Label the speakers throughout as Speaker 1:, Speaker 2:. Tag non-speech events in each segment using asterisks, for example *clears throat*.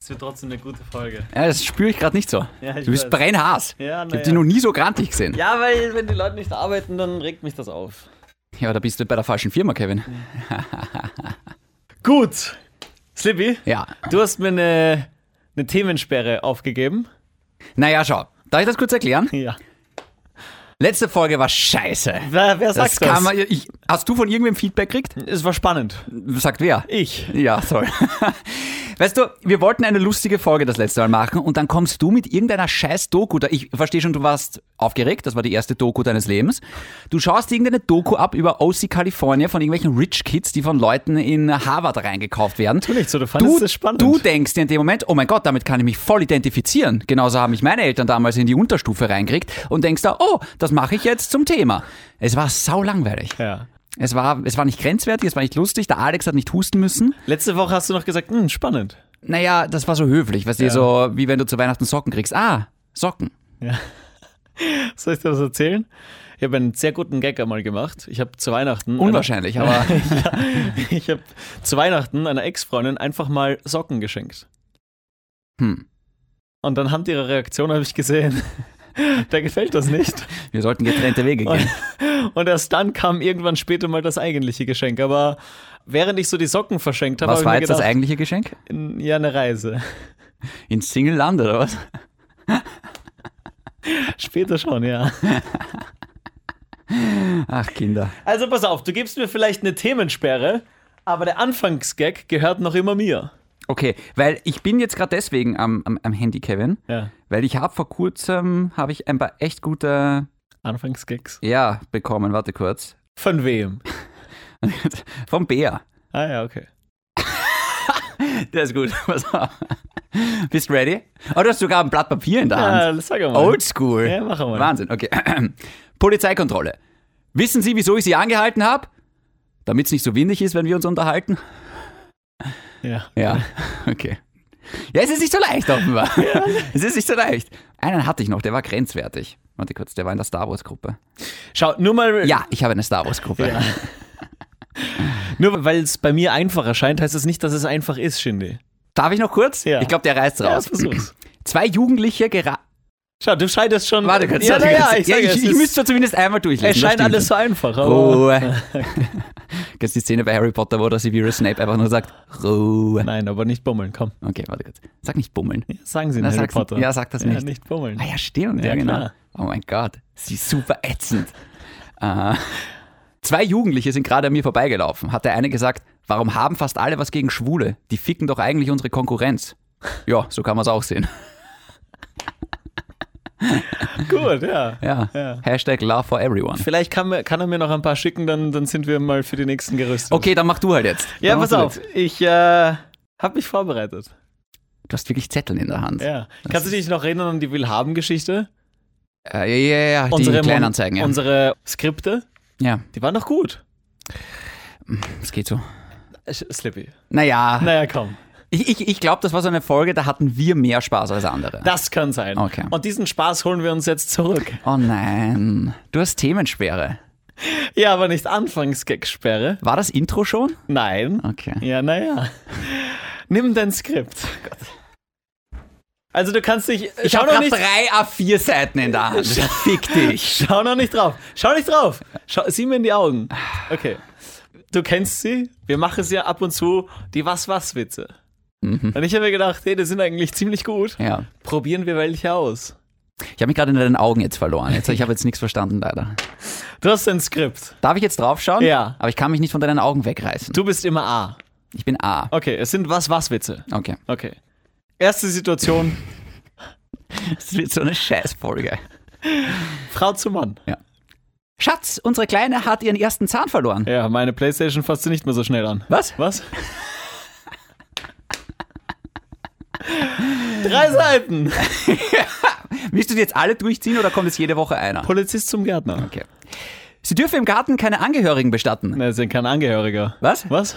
Speaker 1: Es wird trotzdem eine gute Folge.
Speaker 2: Ja, das spüre ich gerade nicht so.
Speaker 1: Ja, ich
Speaker 2: du bist
Speaker 1: weiß.
Speaker 2: brennhaß.
Speaker 1: Ja, na
Speaker 2: ich habe
Speaker 1: ja.
Speaker 2: dich noch nie so grantig gesehen. Ja.
Speaker 1: Ja, weil wenn die Leute nicht arbeiten, dann regt mich das auf.
Speaker 2: da bist du bei der falschen Firma, Kevin.
Speaker 1: Gut. Slippy,
Speaker 2: Ja.
Speaker 1: du hast mir eine, eine Themensperre aufgegeben.
Speaker 2: Naja, schau. Darf ich das kurz erklären?
Speaker 1: Ja.
Speaker 2: Letzte Folge war scheiße.
Speaker 1: Wer, wer
Speaker 2: Das
Speaker 1: sagt das?
Speaker 2: kann man, ich, hast du von irgendwem Feedback gekriegt?
Speaker 1: es war spannend.
Speaker 2: Sagt wer?
Speaker 1: Ich.
Speaker 2: Ja, toll. *laughs* Weißt du, wir wollten eine lustige Folge das letzte Mal machen und dann kommst du mit irgendeiner scheiß Doku. da- Ich verstehe schon, du warst aufgeregt, das war die erste Doku deines Lebens. Du schaust irgendeine Doku ab über OC California von irgendwelchen Rich Kids, die von Leuten in Harvard reingekauft werden.
Speaker 1: Natürlich, so, du fandest das spannend.
Speaker 2: Du denkst dir in dem Moment, oh mein Gott, damit kann ich mich voll identifizieren. Genauso haben mich meine Eltern damals in die Unterstufe reingekriegt und denkst da, oh, das mache ich jetzt zum Thema. Es war sau langweilig.
Speaker 1: Ja.
Speaker 2: Es war, es war nicht grenzwertig, es war nicht lustig, der Alex hat nicht husten müssen.
Speaker 1: Letzte Woche hast du noch gesagt, hm, spannend.
Speaker 2: Naja, das war so höflich, weißt du, so wie wenn du zu Weihnachten Socken kriegst. Ah, Socken.
Speaker 1: Soll ich dir was erzählen? Ich habe einen sehr guten Gag einmal gemacht. Ich habe zu Weihnachten.
Speaker 2: Unwahrscheinlich, aber *laughs*
Speaker 1: Einer, ich habe zu Weihnachten einer Ex-Freundin einfach mal Socken geschenkt.
Speaker 2: hm,
Speaker 1: Und dann haben ihre Reaktion, habe ich gesehen. *laughs* Der gefällt das nicht.
Speaker 2: wir sollten getrennte Wege gehen.
Speaker 1: Und erst dann kam irgendwann später mal das eigentliche Geschenk. Aber während ich so die Socken verschenkt habe,
Speaker 2: Was
Speaker 1: habe
Speaker 2: war
Speaker 1: ich mir
Speaker 2: jetzt das
Speaker 1: gedacht,
Speaker 2: eigentliche Geschenk?
Speaker 1: n- ja, eine Reise. *laughs*
Speaker 2: In Single-Land oder was?
Speaker 1: Später schon, ja.
Speaker 2: Ach, Kinder.
Speaker 1: Also pass auf, du gibst mir vielleicht eine Themensperre, aber der Anfangsgag gehört noch immer mir.
Speaker 2: Okay, weil ich bin jetzt gerade deswegen am, am, am Handy, Kevin,
Speaker 1: Ja.
Speaker 2: weil ich habe vor kurzem, habe ich ein paar echt gute,
Speaker 1: Anfangsgags.
Speaker 2: ja, bekommen, warte kurz, *laughs*
Speaker 1: Von wem?
Speaker 2: vom Bär.
Speaker 1: Ah ja, okay.
Speaker 2: Der ist gut, *laughs* pass auf. Bist ready? Oh, du hast sogar ein Blatt Papier in der Hand.
Speaker 1: Ja, Ah, sag mal.
Speaker 2: Oldschool.
Speaker 1: Ja, mach einmal.
Speaker 2: Wahnsinn, okay. *clears throat* Polizeikontrolle. Wissen Sie, wieso ich Sie angehalten habe? Damit es nicht so windig ist, wenn wir uns unterhalten?
Speaker 1: Ja.
Speaker 2: Ja, *laughs* okay. Ja, es ist nicht so leicht,
Speaker 1: *laughs*
Speaker 2: offenbar. *laughs* Es ist nicht so leicht. Einen hatte ich noch, der war grenzwertig. Warte kurz, der war in der Star Wars-Gruppe.
Speaker 1: Schau, nur mal,
Speaker 2: Ja, ich habe eine Star Wars-Gruppe.
Speaker 1: Ja. *laughs* nur weil es bei mir einfach erscheint, heißt es das nicht, dass es einfach ist, Shindy.
Speaker 2: Darf ich noch kurz?
Speaker 1: Ja.
Speaker 2: Ich glaube, der reißt
Speaker 1: Ja,
Speaker 2: raus.
Speaker 1: versuch's.
Speaker 2: Zwei Jugendliche gera...
Speaker 1: Schau, du scheidest schon.
Speaker 2: Warte kurz.
Speaker 1: ja,
Speaker 2: warte
Speaker 1: na, ja,
Speaker 2: kurz.
Speaker 1: ich, sage,
Speaker 2: ich,
Speaker 1: es
Speaker 2: ich
Speaker 1: ist-
Speaker 2: müsste zumindest einmal durchlesen.
Speaker 1: Es scheint
Speaker 2: das stimmt.
Speaker 1: alles so einfach. Aber
Speaker 2: Ruhe. *laughs* Kennst du die Szene bei Harry Potter, wo der Severus Snape einfach nur sagt, Ruhe.
Speaker 1: Nein, aber nicht bummeln, komm.
Speaker 2: Okay, warte kurz. Sag nicht bummeln.
Speaker 1: Sagen Sie
Speaker 2: Na,
Speaker 1: nicht Harry
Speaker 2: sag's nicht.
Speaker 1: Potter.
Speaker 2: Ja, sag das
Speaker 1: Ja,
Speaker 2: nicht.
Speaker 1: nicht bummeln.
Speaker 2: Ah ja, stimmt. Ja,
Speaker 1: Ja,
Speaker 2: genau.
Speaker 1: klar.
Speaker 2: Oh mein Gott, sie ist super ätzend. äh, zwei Jugendliche sind gerade an mir vorbeigelaufen. Hat der eine gesagt, warum haben fast alle was gegen Schwule? Die ficken doch eigentlich unsere Konkurrenz. Ja, so kann man es auch sehen.
Speaker 1: Gut, ja.
Speaker 2: Ja.
Speaker 1: Ja.
Speaker 2: Hashtag Love for Everyone.
Speaker 1: Vielleicht kann, mir- kann er mir noch ein paar schicken, dann, dann sind wir mal für die nächsten gerüstet.
Speaker 2: Okay, dann mach du halt jetzt.
Speaker 1: Ja,
Speaker 2: Dann mach
Speaker 1: pass
Speaker 2: du
Speaker 1: auf.
Speaker 2: jetzt.
Speaker 1: Ich äh, habe mich vorbereitet.
Speaker 2: Du hast wirklich Zettel in der Hand.
Speaker 1: Ja. Kannst du dich noch erinnern an die Willhaben-Geschichte?
Speaker 2: Äh, ja, ja, ja. Die Kleinanzeigen, ja.
Speaker 1: Unsere Skripte,
Speaker 2: ja,
Speaker 1: die waren doch gut.
Speaker 2: es geht so.
Speaker 1: Sch- Slippy.
Speaker 2: Naja,
Speaker 1: Naja, komm.
Speaker 2: ich, ich, ich glaube, das war so eine Folge, da hatten wir mehr Spaß als andere.
Speaker 1: Das kann sein.
Speaker 2: Okay.
Speaker 1: Und diesen Spaß holen wir uns jetzt zurück.
Speaker 2: Oh nein, du hast Themensperre.
Speaker 1: Ja, aber nicht Anfangsgag-Sperre.
Speaker 2: War das Intro schon?
Speaker 1: Nein.
Speaker 2: Okay.
Speaker 1: Ja, naja. Nimm dein Skript. Also du kannst dich.
Speaker 2: Oh Ich
Speaker 1: schau
Speaker 2: habe
Speaker 1: noch
Speaker 2: gerade
Speaker 1: nicht.
Speaker 2: drei A4-Seiten in der Hand. Fick dich.
Speaker 1: Schau noch nicht drauf. Schau nicht drauf. Schau, sieh mir in die Augen.
Speaker 2: Ah.
Speaker 1: Okay. Du kennst sie. Wir machen sie ja ab und zu die Was-Was-Witze. Und ich habe mir gedacht, hey, die sind eigentlich ziemlich gut.
Speaker 2: Mhm. Ja.
Speaker 1: Probieren wir welche aus.
Speaker 2: Ich habe mich gerade in deinen Augen jetzt verloren. Jetzt, ich habe jetzt nichts verstanden, leider.
Speaker 1: Du hast ein Skript.
Speaker 2: Darf ich jetzt draufschauen?
Speaker 1: Ja.
Speaker 2: Aber ich kann mich nicht von deinen Augen wegreißen.
Speaker 1: Du bist immer A.
Speaker 2: Ich bin A.
Speaker 1: Okay, es sind Was-Was-Witze.
Speaker 2: Okay.
Speaker 1: Okay. Erste Situation.
Speaker 2: Das wird so eine Scheißfolge.
Speaker 1: Frau zu Mann.
Speaker 2: Schatz, unsere Kleine hat ihren ersten Zahn verloren.
Speaker 1: Ja, meine Playstation fasst sie nicht mehr so schnell an.
Speaker 2: Was?
Speaker 1: Was? Drei Seiten.
Speaker 2: Willst du die jetzt alle durchziehen oder kommt jetzt jede Woche einer?
Speaker 1: Polizist zum Gärtner.
Speaker 2: Okay. Sie dürfen im Garten keine Angehörigen bestatten.
Speaker 1: Ne, sind kein Angehöriger.
Speaker 2: Was?
Speaker 1: Was?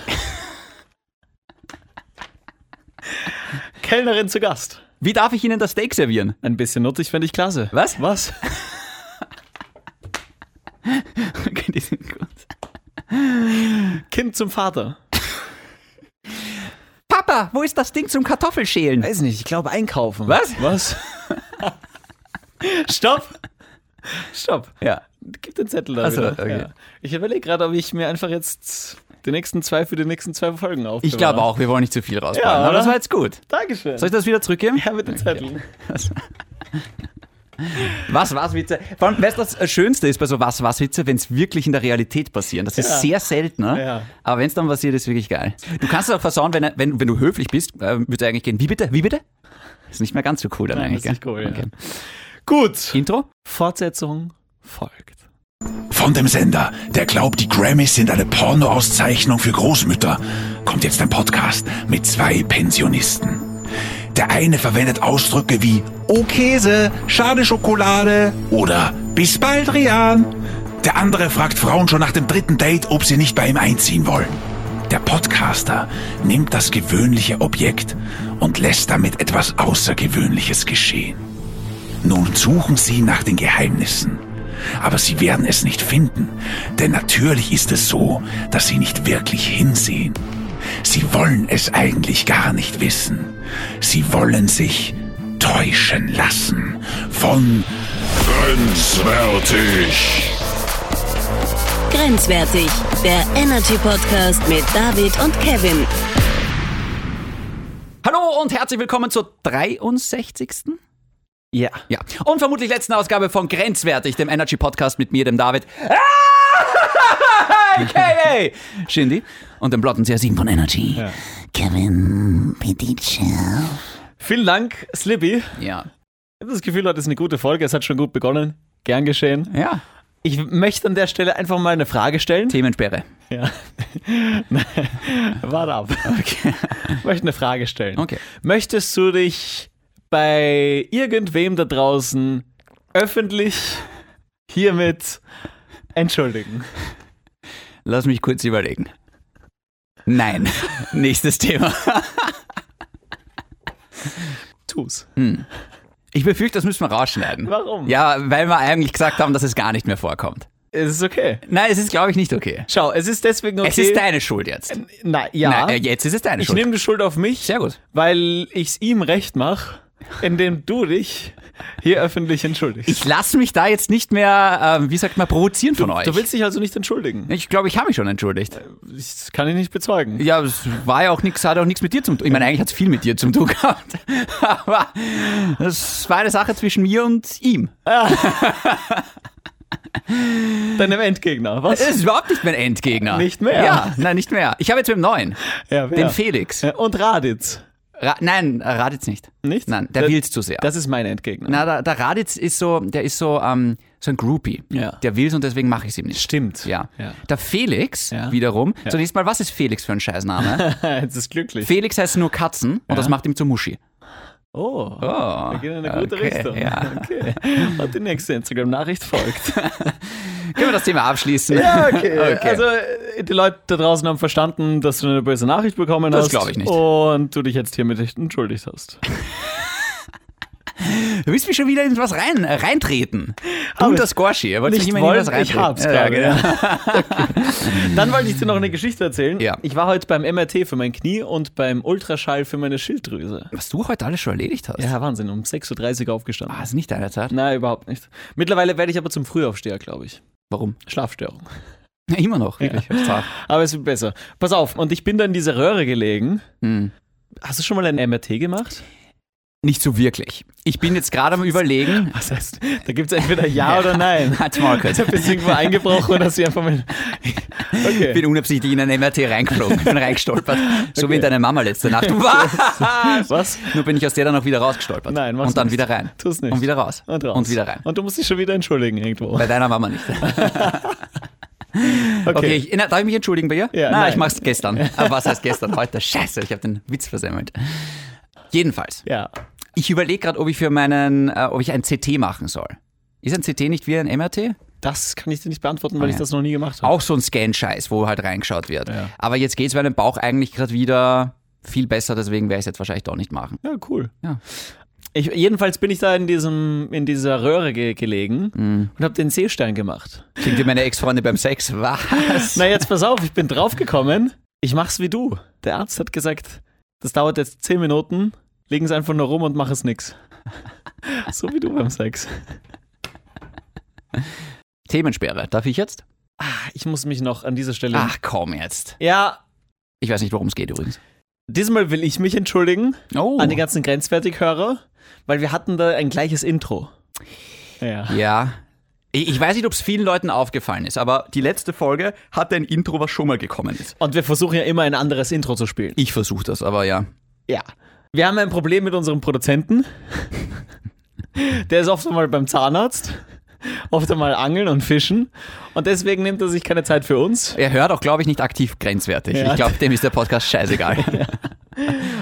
Speaker 1: Kellnerin zu Gast.
Speaker 2: Wie darf ich Ihnen das Steak servieren?
Speaker 1: Ein bisschen nuttig fände ich klasse.
Speaker 2: Was?
Speaker 1: Was?
Speaker 2: *laughs* Okay, die sind gut.
Speaker 1: Kind zum Vater.
Speaker 2: Papa, Papa, wo ist das Ding zum Kartoffelschälen?
Speaker 1: Weiß nicht, ich glaube einkaufen.
Speaker 2: Was?
Speaker 1: Was? *laughs* Stopp! Stopp.
Speaker 2: Ja.
Speaker 1: Gib den Zettel da
Speaker 2: Ach so,
Speaker 1: wieder.
Speaker 2: okay.
Speaker 1: Ja. Ich überlege gerade, ob ich mir einfach jetzt die nächsten zwei für die nächsten zwei Folgen aufbaue.
Speaker 2: Ich glaube auch, wir wollen nicht zu viel rausbauen.
Speaker 1: Ja,
Speaker 2: aber
Speaker 1: oder?
Speaker 2: das war jetzt gut.
Speaker 1: Dankeschön.
Speaker 2: Soll ich das wieder zurückgeben?
Speaker 1: ja, mit den Zetteln.
Speaker 2: Was, was, Witze. Vor allem, weißt du, was das Schönste ist bei so was, was, Witze, wenn es wirklich in der Realität passieren. Das ist
Speaker 1: Ja.
Speaker 2: sehr seltener.
Speaker 1: Ja.
Speaker 2: Aber wenn es dann passiert, ist wirklich geil. Du kannst es auch versauen, wenn, er- wenn, wenn du höflich bist, äh, würde eigentlich gehen. Wie bitte? Wie bitte? Ist nicht mehr ganz so cool dann
Speaker 1: Nein,
Speaker 2: eigentlich.
Speaker 1: das ist
Speaker 2: gell?
Speaker 1: nicht cool, ja. Gut.
Speaker 2: Intro?
Speaker 1: Fortsetzung folgt.
Speaker 3: Von dem Sender, der glaubt, die Grammys sind eine Pornoauszeichnung für Großmütter, kommt jetzt ein Podcast mit zwei Pensionisten. Der eine verwendet Ausdrücke wie Oh Käse, schade Schokolade oder Bis bald, Rian. Der andere fragt Frauen schon nach dem dritten Date, ob sie nicht bei ihm einziehen wollen. Der Podcaster nimmt das gewöhnliche Objekt und lässt damit etwas Außergewöhnliches geschehen. Nun suchen sie nach den Geheimnissen. Aber sie werden es nicht finden, denn natürlich ist es so, dass sie nicht wirklich hinsehen. Sie wollen es eigentlich gar nicht wissen. Sie wollen sich täuschen lassen von Grenzwertig.
Speaker 4: Grenzwertig, der Energy Podcast mit David und Kevin.
Speaker 2: Hallo und herzlich willkommen zur 63.
Speaker 1: Ja.
Speaker 2: Ja. Und vermutlich letzten Ausgabe von Grenzwertig, dem Energy Podcast mit mir, dem David. Ah!
Speaker 1: *laughs*
Speaker 2: AKA Shindy und dem Blotten CR7 von Energy. Kevin Pedice.
Speaker 1: Vielen Dank, Slippy.
Speaker 2: Ja.
Speaker 1: Ich habe das Gefühl, heute ist eine gute Folge. Es hat schon gut begonnen. Gern geschehen.
Speaker 2: Ja.
Speaker 1: Ich möchte an der Stelle einfach mal eine Frage stellen.
Speaker 2: Themensperre.
Speaker 1: Ja. *laughs* Warte ab.
Speaker 2: Okay.
Speaker 1: Ich möchte eine Frage stellen.
Speaker 2: Okay.
Speaker 1: Möchtest du dich bei irgendwem da draußen öffentlich hiermit entschuldigen?
Speaker 2: Lass mich kurz überlegen. Nein. *laughs* Nächstes Thema.
Speaker 1: Tu's.
Speaker 2: Ich befürchte, das müssen wir rausschneiden.
Speaker 1: Warum?
Speaker 2: Ja, weil wir eigentlich gesagt haben, dass es gar nicht mehr vorkommt.
Speaker 1: Es ist okay.
Speaker 2: Nein, es ist, glaube ich, nicht okay.
Speaker 1: Schau, es ist deswegen okay.
Speaker 2: Es ist deine Schuld jetzt.
Speaker 1: Na, ja.
Speaker 2: Nein, äh, jetzt ist es deine
Speaker 1: ich
Speaker 2: Schuld.
Speaker 1: nehme die Schuld auf mich,
Speaker 2: Sehr gut.
Speaker 1: weil ich's ihm recht mache, indem du dich hier öffentlich entschuldigst.
Speaker 2: Ich lasse mich da jetzt nicht mehr, ähm, wie sagt man, provozieren von euch.
Speaker 1: Du willst dich also nicht entschuldigen.
Speaker 2: ich glaube, ich habe mich schon entschuldigt.
Speaker 1: Das kann ich nicht bezeugen.
Speaker 2: Ja, es war ja auch nichts, hat auch nichts mit dir zum tun. Ich meine, eigentlich hat es viel mit dir zum tun gehabt. *laughs* Aber das war eine Sache zwischen mir und ihm.
Speaker 1: Deinem Endgegner, was?
Speaker 2: Das ist überhaupt nicht mein Endgegner.
Speaker 1: Nicht mehr.
Speaker 2: Ja, nein, nicht mehr. Ich habe jetzt mit dem neuen,
Speaker 1: Ja, wer?
Speaker 2: den Felix.
Speaker 1: Ja, Und Raditz.
Speaker 2: Ra nein, Raditz nicht.
Speaker 1: Nicht?
Speaker 2: Nein, der
Speaker 1: Da-
Speaker 2: will's zu sehr.
Speaker 1: Das ist mein Endgegner.
Speaker 2: Na, der, der Raditz ist so, der ist so, ähm, so ein Groupie.
Speaker 1: Ja.
Speaker 2: Der will's und deswegen mache ich es ihm nicht.
Speaker 1: Stimmt.
Speaker 2: Ja.
Speaker 1: ja. *laughs*
Speaker 2: Der Felix
Speaker 1: Ja.
Speaker 2: wiederum, zunächst mal, was ist Felix für ein Scheißname?
Speaker 1: Jetzt ist glücklich.
Speaker 2: Felix heißt nur Katzen und das macht ihm zu Muschi.
Speaker 1: oh.
Speaker 2: Oh.
Speaker 1: Wir gehen in eine gute
Speaker 2: okay,
Speaker 1: Richtung.
Speaker 2: ja.
Speaker 1: *laughs* Okay. Und die nächste Instagram-Nachricht folgt.
Speaker 2: *laughs* Können wir das Thema abschließen?
Speaker 1: *laughs*
Speaker 2: *laughs* Okay.
Speaker 1: Also, äh, die Leute da draußen haben verstanden, dass du eine böse Nachricht bekommen
Speaker 2: Das
Speaker 1: hast.
Speaker 2: glaub ich nicht.
Speaker 1: Und du dich jetzt hiermit entschuldigt hast.
Speaker 2: Du willst mich schon wieder in was rein, äh, reintreten. Du
Speaker 1: Aber
Speaker 2: und das Gorschi. Ihr wollt
Speaker 1: Nicht
Speaker 2: mich immer in was
Speaker 1: wollen, ich
Speaker 2: reintreten.
Speaker 1: hab's
Speaker 2: ja,
Speaker 1: gerade.
Speaker 2: genau.
Speaker 1: *laughs* Dann wollte ich dir noch eine Geschichte erzählen.
Speaker 2: Ja.
Speaker 1: Ich war heute beim MRT für mein Knie und beim Ultraschall für meine Schilddrüse.
Speaker 2: *laughs* Was du heute alles schon erledigt hast.
Speaker 1: Ja, Wahnsinn, um 6.30 Uhr aufgestanden.
Speaker 2: Ah, ist nicht deine Zeit. *laughs*
Speaker 1: Nein, überhaupt nicht. Mittlerweile werde ich aber zum Frühaufsteher, glaube ich.
Speaker 2: Warum?
Speaker 1: Schlafstörung.
Speaker 2: Ja, immer noch, wirklich. Ja.
Speaker 1: Aber es wird besser. Pass auf, und ich bin da in dieser Röhre gelegen.
Speaker 2: Hm.
Speaker 1: Hast du schon mal ein MRT gemacht?
Speaker 2: Nicht so wirklich. Ich bin jetzt
Speaker 1: *laughs*
Speaker 2: gerade am überlegen. *laughs*
Speaker 1: Was heißt, da gibt es entweder Ja oder Nein.
Speaker 2: Halt's Maul kurz.
Speaker 1: Da *laughs* bist du irgendwo eingebrochen oder hast du einfach
Speaker 2: *laughs*
Speaker 1: mal.
Speaker 2: Ich bin
Speaker 1: Okay.
Speaker 2: unabsichtlich in ein MRT reingeflogen, bin reingestolpert. So wie in deine Mama letzte Nacht.
Speaker 1: *laughs*
Speaker 2: Was?
Speaker 1: Was?
Speaker 2: Nur bin ich aus der dann auch wieder rausgestolpert.
Speaker 1: Nein, mach's
Speaker 2: Und dann
Speaker 1: nicht.
Speaker 2: wieder rein.
Speaker 1: Tu's nicht.
Speaker 2: Und wieder raus.
Speaker 1: Und raus.
Speaker 2: Und wieder rein.
Speaker 1: Und du musst dich schon wieder entschuldigen irgendwo.
Speaker 2: Bei deiner Mama nicht.
Speaker 1: *laughs* Okay.
Speaker 2: Okay, ich, na, darf ich mich entschuldigen bei ihr?
Speaker 1: Ja,
Speaker 2: Nein,
Speaker 1: nein.
Speaker 2: ich mach's gestern. Aber was heißt gestern? Heute? Scheiße, ich habe den Witz versemmelt. Jedenfalls,
Speaker 1: Ja.
Speaker 2: ich überlege gerade, ob ich für meinen, äh, ob ich ein CT machen soll. Ist ein CT nicht wie ein MRT?
Speaker 1: Das kann ich dir nicht beantworten, weil
Speaker 2: Ah,
Speaker 1: ich
Speaker 2: ja.
Speaker 1: das noch nie gemacht habe.
Speaker 2: Auch so ein Scan-Scheiß, wo halt reingeschaut wird.
Speaker 1: Ja.
Speaker 2: Aber jetzt geht's bei meinem Bauch eigentlich gerade wieder viel besser, deswegen werde ich jetzt wahrscheinlich doch nicht machen.
Speaker 1: Ja, cool.
Speaker 2: Ja.
Speaker 1: Ich, jedenfalls bin ich da in, diesem, in dieser Röhre ge gelegen
Speaker 2: Hm.
Speaker 1: und habe den Seestein gemacht.
Speaker 2: Klingt wie meine Ex-Freunde beim Sex. Was?
Speaker 1: Na, jetzt pass auf, ich bin draufgekommen. Ich mach's wie du. Der Arzt hat gesagt, das dauert jetzt 10 Minuten, legen es einfach nur rum und machen es nix. *laughs* So wie du beim Sex.
Speaker 2: Themensperre. Darf ich jetzt?
Speaker 1: Ich muss mich noch an dieser Stelle.
Speaker 2: Ach komm jetzt.
Speaker 1: Ja,
Speaker 2: Ich weiß nicht, worum es geht übrigens.
Speaker 1: diesmal will ich mich entschuldigen
Speaker 2: Oh.
Speaker 1: an die ganzen Grenzwertig-Hörer, weil wir hatten da ein gleiches Intro. Ja.
Speaker 2: Ja. Ich ich weiß nicht, ob es vielen Leuten aufgefallen ist, aber die letzte Folge hatte ein Intro, was schon mal gekommen ist.
Speaker 1: Und wir versuchen ja immer ein anderes Intro zu spielen.
Speaker 2: Ich versuche das, aber ja.
Speaker 1: Ja. Wir haben ein Problem mit unserem
Speaker 2: *laughs*
Speaker 1: Produzenten. Der ist oft einmal beim Zahnarzt, oft einmal angeln und fischen. Und deswegen nimmt er sich keine Zeit für uns.
Speaker 2: Er hört auch, glaube ich, nicht aktiv grenzwertig.
Speaker 1: Ja.
Speaker 2: Ich glaube, dem ist der
Speaker 1: *laughs*
Speaker 2: Podcast scheißegal.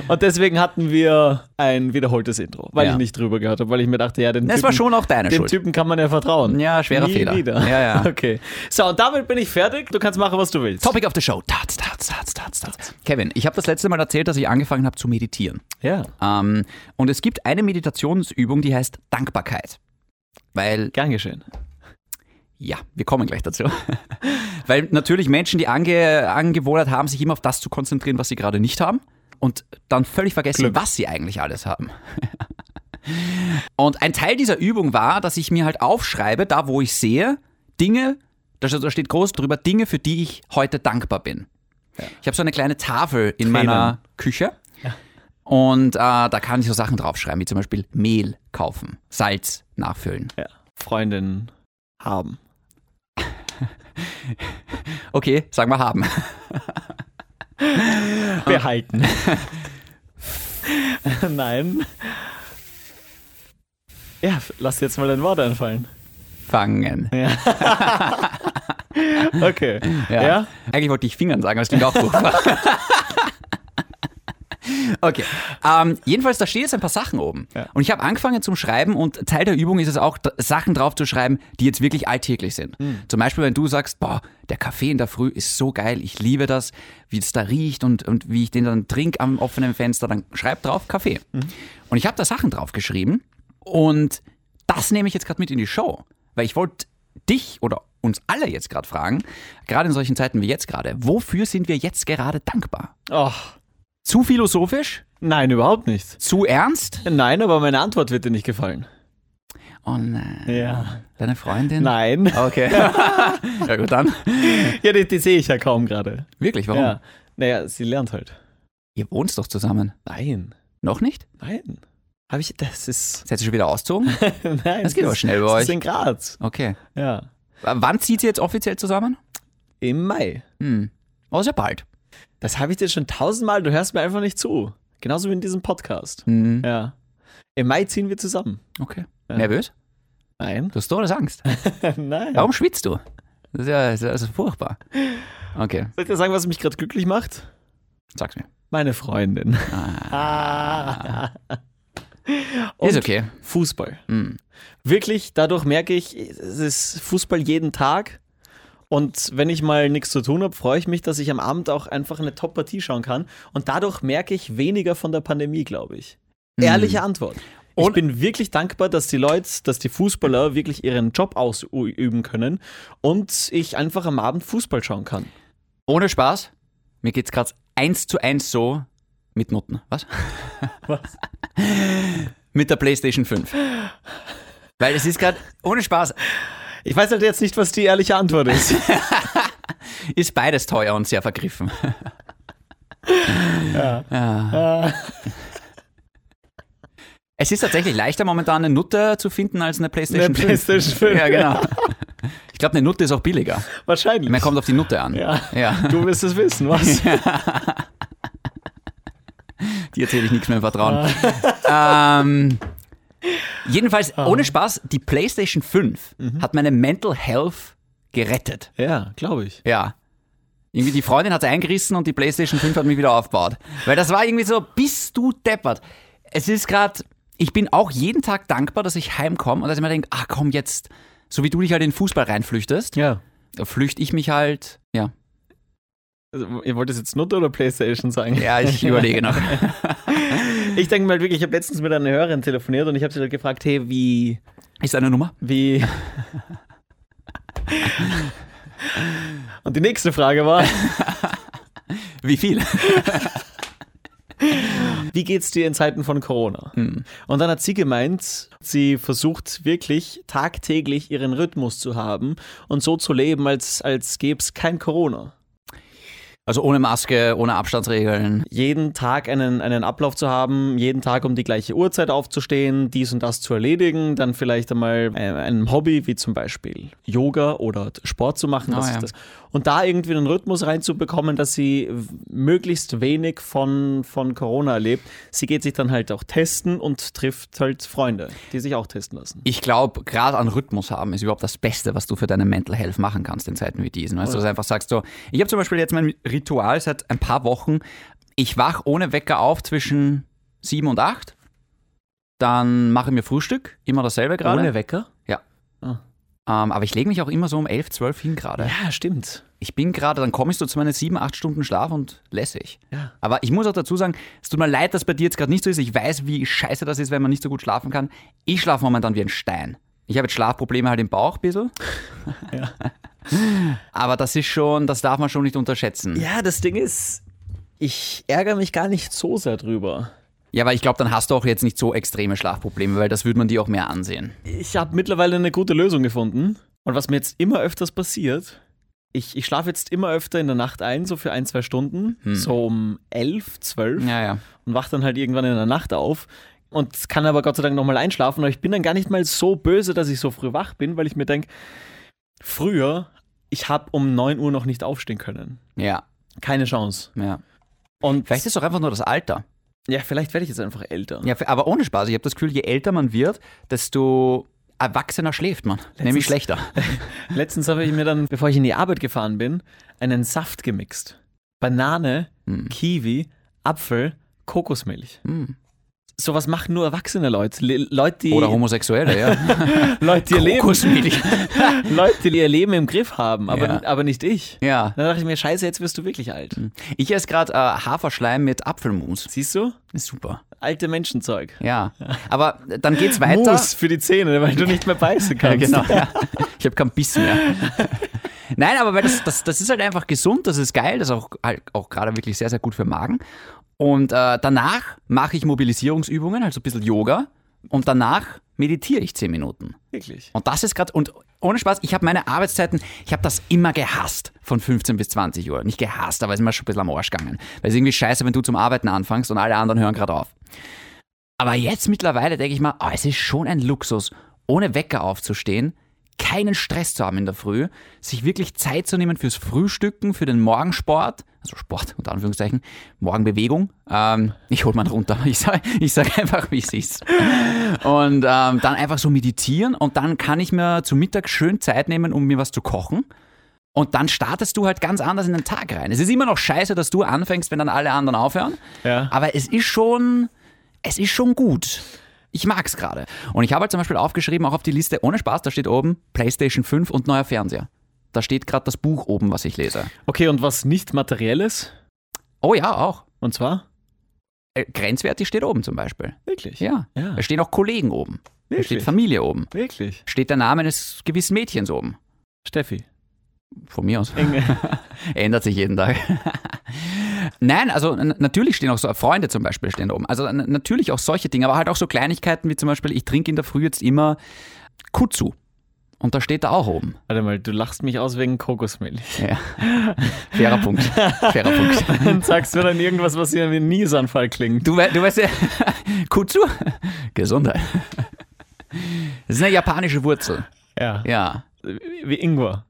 Speaker 1: Und deswegen hatten wir ein wiederholtes Intro, weil
Speaker 2: Ja.
Speaker 1: ich nicht drüber gehört habe, weil ich mir dachte, ja, den
Speaker 2: Das
Speaker 1: Typen,
Speaker 2: war schon auch deine
Speaker 1: dem
Speaker 2: Schuld.
Speaker 1: Typen kann man ja vertrauen.
Speaker 2: Ja, schwerer
Speaker 1: Nie
Speaker 2: Fehler.
Speaker 1: Wieder.
Speaker 2: Ja,
Speaker 1: *laughs*
Speaker 2: ja.
Speaker 1: Okay. So, und damit bin ich fertig. Du kannst machen, was du willst.
Speaker 2: Topic of the Show. Tats, tats, tats, tats, tats. Kevin, ich habe das letzte Mal erzählt, dass ich angefangen habe zu meditieren.
Speaker 1: Ja.
Speaker 2: Ähm, und es gibt eine Meditationsübung, die heißt Dankbarkeit. Weil
Speaker 1: Gern geschehen.
Speaker 2: Ja, wir kommen gleich dazu. *laughs* Weil natürlich Menschen, die ange, angewohnert haben, sich immer auf das zu konzentrieren, was sie gerade nicht haben und dann völlig vergessen,
Speaker 1: Glück.
Speaker 2: was sie eigentlich alles haben. *laughs* und ein Teil dieser Übung war, dass ich mir halt aufschreibe, da wo ich sehe, Dinge, da steht- da steht groß drüber, Dinge, für die ich heute dankbar bin. Ich habe so eine kleine Tafel
Speaker 1: Tränen.
Speaker 2: in meiner Küche. Und äh, da kann ich so Sachen draufschreiben, wie zum Beispiel Mehl kaufen, Salz nachfüllen,
Speaker 1: Ja. Freundin haben.
Speaker 2: Okay, sagen wir haben. *laughs*
Speaker 1: *laughs* Behalten. Nein. Ja, lass jetzt mal dein Wort einfallen.
Speaker 2: Fangen.
Speaker 1: Okay. Ja?
Speaker 2: Eigentlich wollte ich Fingern sagen, aber das klingt auch furchtbar. *laughs* okay. Ähm, jedenfalls, da stehen jetzt ein paar Sachen oben.
Speaker 1: Ja.
Speaker 2: Und ich habe angefangen zum Schreiben und Teil der Übung ist es auch, d- Sachen drauf zu schreiben, die jetzt wirklich alltäglich sind.
Speaker 1: Hm.
Speaker 2: Zum Beispiel, wenn du sagst, boah, der Kaffee in der Früh ist so geil, ich liebe das, wie es da riecht und, und wie ich den dann trinke am offenen Fenster, dann schreib drauf Kaffee.
Speaker 1: Mhm.
Speaker 2: Und ich habe da Sachen drauf geschrieben und das nehme ich jetzt gerade mit in die Show, weil ich wollte dich oder uns alle jetzt gerade fragen, gerade in solchen Zeiten wie jetzt gerade, wofür sind wir jetzt gerade dankbar?
Speaker 1: Oh,
Speaker 2: Zu philosophisch?
Speaker 1: nein, überhaupt nicht.
Speaker 2: Zu ernst?
Speaker 1: Nein, aber meine Antwort wird dir nicht gefallen.
Speaker 2: Oh nein.
Speaker 1: Ja.
Speaker 2: Deine Freundin?
Speaker 1: Nein.
Speaker 2: Okay. ja gut, dann.
Speaker 1: *laughs* Ja, die, die sehe ich ja kaum gerade.
Speaker 2: Wirklich, warum?
Speaker 1: Ja. Naja, sie lernt halt.
Speaker 2: Ihr wohnt doch zusammen.
Speaker 1: Nein.
Speaker 2: Noch nicht?
Speaker 1: Nein. Habe ich. Das ist.
Speaker 2: Seid ihr schon wieder auszogen?
Speaker 1: *laughs* Nein.
Speaker 2: Das geht aber schnell bei
Speaker 1: das
Speaker 2: euch.
Speaker 1: ist in Graz.
Speaker 2: Okay.
Speaker 1: Ja.
Speaker 2: W- Wann zieht ihr jetzt offiziell zusammen?
Speaker 1: Im Mai.
Speaker 2: Hm. Oh, sehr bald.
Speaker 1: Das habe ich dir schon tausendmal. Du hörst mir einfach nicht zu. Genauso wie in diesem Podcast.
Speaker 2: Hm.
Speaker 1: Ja. Im Mai ziehen wir zusammen.
Speaker 2: Okay. Nervös?
Speaker 1: Nein.
Speaker 2: Du hast todesangst.
Speaker 1: *laughs*
Speaker 2: Angst.
Speaker 1: Nein.
Speaker 2: Warum schwitzt du? Das ist ja das ist, das ist furchtbar. Okay,
Speaker 1: Soll ich dir sagen, was mich gerade glücklich macht?
Speaker 2: sag's mir.
Speaker 1: Meine Freundin. Ah. *laughs*
Speaker 2: ist okay.
Speaker 1: Fußball.
Speaker 2: Mm.
Speaker 1: Wirklich, dadurch merke ich, es ist Fußball jeden Tag. Und wenn ich mal nichts zu tun habe, freue ich mich, dass ich am Abend auch einfach eine Top-Partie schauen kann. Und dadurch merke ich weniger von der Pandemie, glaube ich. Ehrliche Antwort. ich
Speaker 2: Mhm. Und-
Speaker 1: bin wirklich dankbar, dass die Leute, dass die Fußballer wirklich ihren Job ausüben können und ich einfach am Abend Fußball schauen kann.
Speaker 2: Ohne Spaß, mir geht's gerade eins zu eins so mit Noten. Was?
Speaker 1: Was?
Speaker 2: *laughs* mit der PlayStation 5. Weil es ist gerade, ohne Spaß,
Speaker 1: Ich weiß halt jetzt nicht, was die ehrliche Antwort
Speaker 2: *laughs*
Speaker 1: ist.
Speaker 2: ist beides teuer und sehr vergriffen. *laughs* Es ist tatsächlich leichter, momentan eine Nutte zu finden als eine PlayStation
Speaker 1: Eine
Speaker 2: 5.
Speaker 1: PlayStation 5.
Speaker 2: Ja, genau. Ich glaube, eine Nutte ist auch billiger.
Speaker 1: Wahrscheinlich.
Speaker 2: Man kommt auf die Nutte an.
Speaker 1: Ja.
Speaker 2: ja.
Speaker 1: Du wirst es wissen,
Speaker 2: *laughs*
Speaker 1: was?
Speaker 2: Die erzähle ich nichts mehr im Vertrauen. ähm, jedenfalls, ohne Spaß, die PlayStation 5 hat meine Mental Health gerettet.
Speaker 1: Ja, glaube ich.
Speaker 2: Ja. Irgendwie die Freundin hat eingerissen und die PlayStation 5 hat mich wieder aufgebaut. Weil das war irgendwie so, bist du deppert. Es ist gerade, ich bin auch jeden Tag dankbar, dass ich heimkomme und dass ich mir denke, ah komm jetzt, so wie du dich halt in den Fußball reinflüchtest,
Speaker 1: Ja.
Speaker 2: da flüchte ich mich halt, ja.
Speaker 1: Also, ihr wollt es jetzt Nutte oder Playstation sagen?
Speaker 2: Ja, *laughs* ich überlege noch.
Speaker 1: Ich denke mal wirklich, ich habe letztens mit einer Hörerin telefoniert und ich habe sie halt gefragt, hey, wie,
Speaker 2: Ist eine Nummer?
Speaker 1: *laughs* wie... Und die nächste Frage war,
Speaker 2: Wie viel?
Speaker 1: Wie geht's dir in Zeiten von Corona? Und dann hat sie gemeint, sie versucht wirklich tagtäglich ihren Rhythmus zu haben und so zu leben, als, als gäbe es kein Corona.
Speaker 2: Also ohne Maske, ohne Abstandsregeln.
Speaker 1: jeden Tag einen, einen Ablauf zu haben, jeden Tag um die gleiche Uhrzeit aufzustehen, dies und das zu erledigen, dann vielleicht einmal äh, ein Hobby wie zum Beispiel Yoga oder Sport zu machen. Das
Speaker 2: Ah, ja.
Speaker 1: ist das. Und da irgendwie einen Rhythmus reinzubekommen, dass sie w- möglichst wenig von, von Corona erlebt. Sie geht sich dann halt auch testen und trifft halt Freunde, die sich auch testen lassen.
Speaker 2: Ich glaube, gerade an Rhythmus haben ist überhaupt das Beste, was du für deine Mental Health machen kannst in Zeiten wie diesen. Weißt du, dass du einfach sagst so, ich habe zum Beispiel jetzt mein Ritual seit ein paar Wochen. Ich wach ohne Wecker auf zwischen sieben und acht. Dann mache ich mir Frühstück, immer dasselbe gerade.
Speaker 1: Wecker?
Speaker 2: Ja.
Speaker 1: Ah.
Speaker 2: Ähm, aber ich lege mich auch immer so um 11, 12 hin gerade.
Speaker 1: Ja, stimmt.
Speaker 2: Ich bin gerade, dann komme ich so zu meinen 7, 8 Stunden Schlaf und lässig.
Speaker 1: Ja.
Speaker 2: Aber ich muss auch dazu sagen, es tut mir leid, dass bei dir jetzt gerade nicht so ist. Ich weiß, wie scheiße das ist, wenn man nicht so gut schlafen kann. Ich schlafe momentan wie ein Stein. Ich habe jetzt Schlafprobleme halt im Bauch
Speaker 1: *laughs*
Speaker 2: ein bisschen. *laughs* Aber das ist schon, das darf man schon nicht unterschätzen.
Speaker 1: Ja, das Ding ist, ich ärgere mich gar nicht so sehr drüber.
Speaker 2: Ja, aber ich glaube, dann hast du auch jetzt nicht so extreme Schlafprobleme, weil das würde man dir auch mehr ansehen.
Speaker 1: Ich habe mittlerweile eine gute Lösung gefunden. Und was mir jetzt immer öfters passiert, ich, ich schlafe jetzt immer öfter in der Nacht ein, so für ein, zwei Stunden, so um elf, zwölf
Speaker 2: Ja, ja.
Speaker 1: und wache dann halt irgendwann in der Nacht auf und kann aber Gott sei Dank nochmal einschlafen. Aber ich bin dann gar nicht mal so böse, dass ich so früh wach bin, weil ich mir denke, früher, ich habe um 9 Uhr noch nicht aufstehen können.
Speaker 2: Ja,
Speaker 1: Keine Chance.
Speaker 2: ja.
Speaker 1: Und
Speaker 2: Vielleicht ist es auch einfach nur das Alter.
Speaker 1: ja, vielleicht werde ich jetzt einfach älter.
Speaker 2: Ja, aber ohne Spaß. Ich habe das Gefühl, je älter man wird, desto erwachsener schläft man. Nämlich schlechter.
Speaker 1: Letztens habe ich mir dann, bevor ich in die Arbeit gefahren bin, einen Saft gemixt. Banane,
Speaker 2: Hm.
Speaker 1: Kiwi, Apfel, Kokosmilch. Sowas machen nur erwachsene Leute. Le Leute, die, *laughs*
Speaker 2: Oder Homosexuelle, ja.
Speaker 1: Leute, die, ihr Leben, *laughs*
Speaker 2: *laughs* Kokosmilch.
Speaker 1: Leute, die ihr Leben im Griff haben, aber,
Speaker 2: Ja.
Speaker 1: aber nicht ich.
Speaker 2: ja.
Speaker 1: Dann dachte ich mir, scheiße, jetzt wirst du wirklich alt.
Speaker 2: Ich esse gerade äh, Haferschleim mit Apfelmus.
Speaker 1: Siehst du?
Speaker 2: Ist super.
Speaker 1: Alte Menschenzeug.
Speaker 2: Ja. Aber dann geht's weiter.
Speaker 1: Mousse für die Zähne, weil du nicht mehr beißen
Speaker 2: *laughs* Ja,
Speaker 1: kannst.
Speaker 2: genau. Ja. Ich habe keinen Biss mehr. Nein, aber weil das, das, das ist halt einfach gesund, das ist geil, das ist auch, halt auch gerade wirklich sehr, sehr gut für den Magen. Und äh, danach mache ich Mobilisierungsübungen, also ein bisschen Yoga. Und danach meditiere ich 10 Minuten.
Speaker 1: Wirklich.
Speaker 2: Und das ist gerade, und ohne Spaß, ich habe meine Arbeitszeiten, ich habe das immer gehasst, von 15 bis 20 Uhr. Nicht gehasst, aber es ist immer schon ein bisschen am Arsch gegangen. Weil es ist irgendwie scheiße, wenn du zum Arbeiten anfängst und alle anderen hören gerade auf. Aber jetzt mittlerweile denke ich mal, ah, es ist schon ein Luxus, ohne Wecker aufzustehen, keinen Stress zu haben in der Früh, sich wirklich Zeit zu nehmen fürs Frühstücken, für den Morgensport, also Sport unter Anführungszeichen, Morgenbewegung. Ähm, ich hol mal runter, ich sage ich sag einfach, wie es ist. Und ähm, dann einfach so meditieren und dann kann ich mir zu Mittag schön Zeit nehmen, um mir was zu kochen. Und dann startest du halt ganz anders in den Tag rein. Es ist immer noch scheiße, dass du anfängst, wenn dann alle anderen aufhören.
Speaker 1: Ja.
Speaker 2: Aber es ist schon, es ist schon gut. Ich mag's gerade. Und ich habe halt zum Beispiel aufgeschrieben, auch auf die Liste, ohne Spaß, da steht oben PlayStation 5 und neuer Fernseher. Da steht gerade das Buch oben, was ich lese.
Speaker 1: Okay, und was nicht materielles?
Speaker 2: Oh ja, auch.
Speaker 1: Und zwar?
Speaker 2: Äh, grenzwertig steht oben zum Beispiel.
Speaker 1: Wirklich.
Speaker 2: Ja.
Speaker 1: Ja.
Speaker 2: Da stehen auch Kollegen oben. Da steht
Speaker 1: Wirklich?
Speaker 2: Familie oben.
Speaker 1: Wirklich.
Speaker 2: Steht der Name eines gewissen Mädchens oben.
Speaker 1: Steffi.
Speaker 2: Von mir aus. *laughs* Ändert sich jeden Tag. Nein, also n- natürlich stehen auch so Freunde zum Beispiel stehen da oben. Also n- natürlich auch solche Dinge, aber halt auch so Kleinigkeiten wie zum Beispiel, ich trinke in der Früh jetzt immer Kutsu. Und da steht da auch oben.
Speaker 1: Warte mal, du lachst mich aus wegen Kokosmilch. *laughs*
Speaker 2: Ja. Fairer Punkt. Fairer Punkt.
Speaker 1: Und sagst mir dann irgendwas, was hier wie ein Niesanfall klingt.
Speaker 2: Du, we- du weißt ja, *laughs* Kutsu? Gesundheit. Das ist eine japanische Wurzel.
Speaker 1: Ja.
Speaker 2: Ja.
Speaker 1: Wie Ingwer.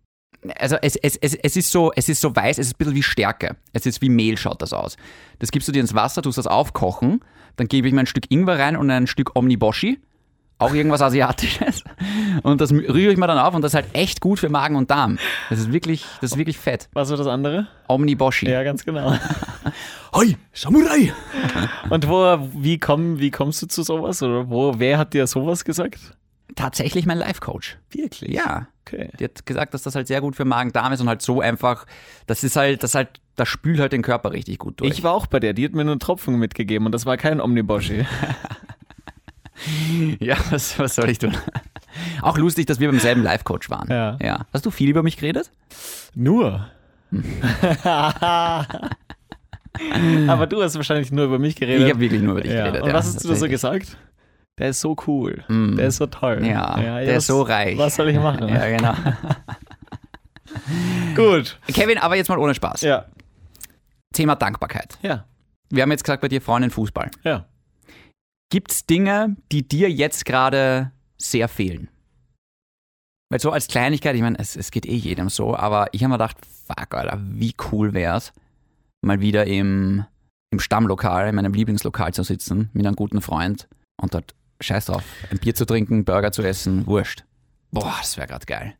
Speaker 2: also es, es, es, es, ist so, es ist so weiß, es ist ein bisschen wie Stärke. Es ist wie Mehl, schaut das aus. Das gibst du dir ins Wasser, tust das aufkochen, dann gebe ich mir ein Stück Ingwer rein und ein Stück Omniboshi, auch irgendwas Asiatisches. *laughs* Und das rühre ich mir dann auf und das ist halt echt gut für Magen und Darm. Das ist wirklich, das ist wirklich fett.
Speaker 1: Was war das andere?
Speaker 2: Omniboshi.
Speaker 1: Ja, ganz *laughs* genau.
Speaker 2: Hoi, Samurai!
Speaker 1: Und wo, wie, komm, wie kommst du zu sowas? Oder wo, wer hat dir sowas gesagt?
Speaker 2: Tatsächlich mein Life-Coach.
Speaker 1: Wirklich? Ja.
Speaker 2: Ja.
Speaker 1: Okay.
Speaker 2: Die hat gesagt, dass das halt sehr gut für Magen-Darm ist und halt so einfach, das ist halt, das halt, das spült halt den Körper richtig gut durch.
Speaker 1: Ich war auch bei der, die hat mir nur einen Tropfen mitgegeben und das war kein *laughs* Omniboshi.
Speaker 2: Ja, was, was soll ich tun? Auch lustig, dass wir beim selben Live-Coach waren.
Speaker 1: Ja. *laughs*
Speaker 2: Hast du viel über mich geredet?
Speaker 1: Nur. Aber du hast wahrscheinlich nur über mich geredet.
Speaker 2: Ich habe wirklich nur über dich
Speaker 1: ja.
Speaker 2: geredet.
Speaker 1: Und
Speaker 2: ja,
Speaker 1: was hast du da so
Speaker 2: tatsächlich.
Speaker 1: gesagt? Der ist so cool. Der ist so toll.
Speaker 2: Ja,
Speaker 1: was-
Speaker 2: der ist so reich.
Speaker 1: Was *laughs* soll ich machen?
Speaker 2: Ja, genau.
Speaker 1: Gut.
Speaker 2: Kevin, aber jetzt mal ohne Spaß.
Speaker 1: Ja,
Speaker 2: Thema Dankbarkeit.
Speaker 1: ja,
Speaker 2: Wir haben jetzt gesagt, bei dir Freundin Fußball.
Speaker 1: ja.
Speaker 2: Gibt es Dinge, die dir jetzt gerade sehr fehlen? Weil so als Kleinigkeit, ich meine, es, es geht eh jedem so, aber ich habe mir gedacht, fuck, Alter, wie cool wär's, mal wieder im, im Stammlokal, in meinem Lieblingslokal zu sitzen, mit einem guten Freund und dort, scheiß drauf, ein Bier zu trinken, Burger zu essen, wurscht. Boah, das wäre gerade geil.